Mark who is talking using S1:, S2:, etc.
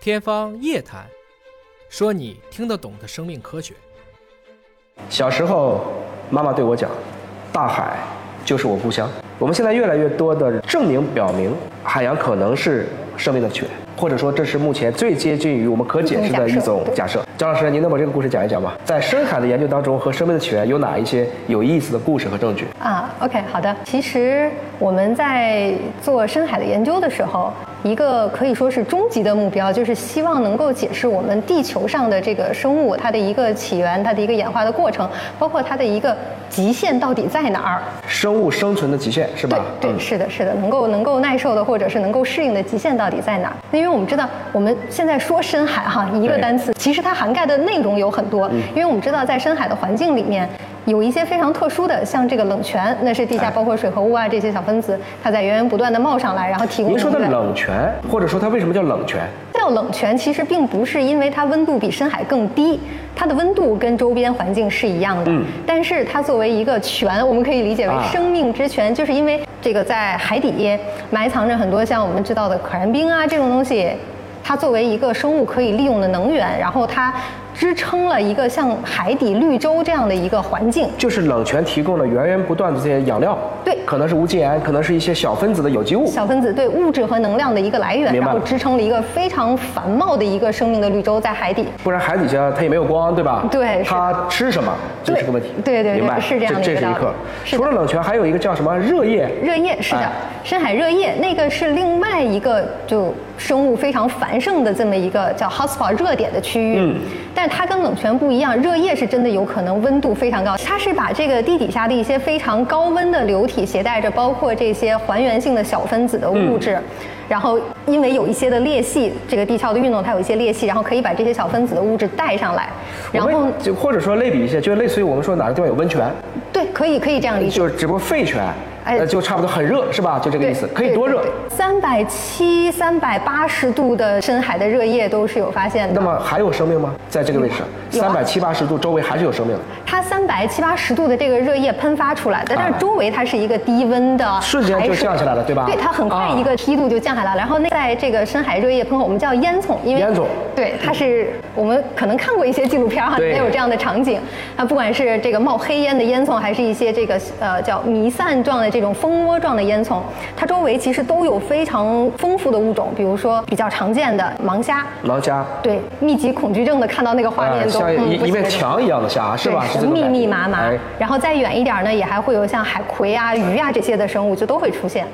S1: 天方夜谭，说你听得懂的生命科学。
S2: 小时候，妈妈对我讲，大海就是我故乡。我们现在越来越多的证明表明，海洋可能是生命的泉源，或者说这是目前最接近于我们可解释的一种假设。张老师，您能把这个故事讲一讲吗？在深海的研究当中和生命的起源有哪一些有意思的故事和证据？
S3: 啊，OK，好的。其实我们在做深海的研究的时候，一个可以说是终极的目标，就是希望能够解释我们地球上的这个生物它的一个起源、它的一个演化的过程，包括它的一个极限到底在哪儿。
S2: 生物生存的极限是吧？
S3: 对对，
S2: 嗯
S3: 是的，是的，能够能够耐受的，或者是能够适应的极限到底在哪儿？那因为我们知道，我们现在说深海哈，一个
S2: 对嗯
S3: 单词，其实它涵盖的内容有很多。因为我们知道，在深海的环境里面，有一些非常特殊的，像这个冷泉，那是地下
S2: 哎
S3: 包括水合物啊这些小分子，它在源源不断的冒上来，然后提供
S2: 您说的
S3: 能量
S2: 冷泉，或者说它为什么叫冷泉？
S3: 叫冷泉其实并不是因为它温度比深海更低，它的温度跟周边环境是一样的。
S2: 嗯
S3: 但是它作为一个泉，我们可以理解为
S2: 啊
S3: 生命之泉，就是因为这个在海底埋藏着很多像我们知道的可燃冰啊这种东西，它作为一个生物可以利用的能源，然后它支撑了一个像海底绿洲这样的一个环境。
S2: 就是冷泉提供了源源不断的这些养料，
S3: 对
S2: 可能是无机盐，可能是一些小分子的有机物。
S3: 小分子对物质和能量的一个来源，
S2: 明白
S3: 然后
S2: 了
S3: 支撑了一个非常繁茂的一个生命的绿洲在海底。
S2: 不然海底下它也没有光，对吧？
S3: 对是
S2: 它吃什么这是个问题。
S3: 对对对
S2: 明白，
S3: 是这样的
S2: 这
S3: 一
S2: 这是
S3: 个
S2: 一
S3: 道理
S2: 课。
S3: 是的
S2: 除了冷泉，还有一个叫什么热液？
S3: 热液是的
S2: 哎，
S3: 深海热液那个是另外一个就生物非常繁盛的这么一个叫 hotspot 热点的区域。
S2: 嗯
S3: 但它跟冷泉不一样，热液是真的有可能温度非常高，它是把这个地底下的一些非常高温的流体携带着，包括这些还原性的小分子的物质。
S2: 嗯
S3: 然后，因为有一些的裂隙，这个地壳的运动它有一些裂隙，然后可以把这些小分子的物质带上来。然
S2: 我
S3: 后
S2: 们，就或者说类比一下，就类似于我们说哪个地方有温泉，
S3: 对，可以可以这样理解。
S2: 就是只不过沸泉，
S3: 哎
S2: 呃，就差不多很热，是吧？就这个意思，可以多热。
S3: 三百七、三百八十度的深海的热液都是有发现的。
S2: 那么还有生命吗？在这个位置，
S3: 有
S2: 三
S3: 啊
S2: 百七八十度周围还是有生命的，
S3: 它三百七八十度的这个热液喷发出来的，但
S2: 啊
S3: 是周围它是一个低温的海水，
S2: 瞬间就降下来了对吧
S3: 对，它很快
S2: 啊
S3: 一个梯度就降下来了。然后那在这个深海热液喷火，我们叫烟囱，因为
S2: 烟囱
S3: 对，它是我们可能看过一些纪录片哈，里
S2: 对
S3: 面有这样的场景。它不管是这个冒黑烟的烟囱，还是一些这个呃叫弥散状的这种蜂窝状的烟囱，它周围其实都有非常丰富的物种，比如说比较常见的盲虾。
S2: 狼虾。
S3: 对，密集恐惧症的看到那个画面
S2: 呃
S3: 都、
S2: 像
S3: 嗯
S2: 一
S3: 不
S2: 一面
S3: 行
S2: 墙一样的虾，是
S3: 对，
S2: 吧？是这种
S3: 密
S2: 感觉
S3: 密麻麻
S2: 哎。
S3: 然后再远一点呢，也还会有像海葵啊、鱼啊这些的生物，就都会出现。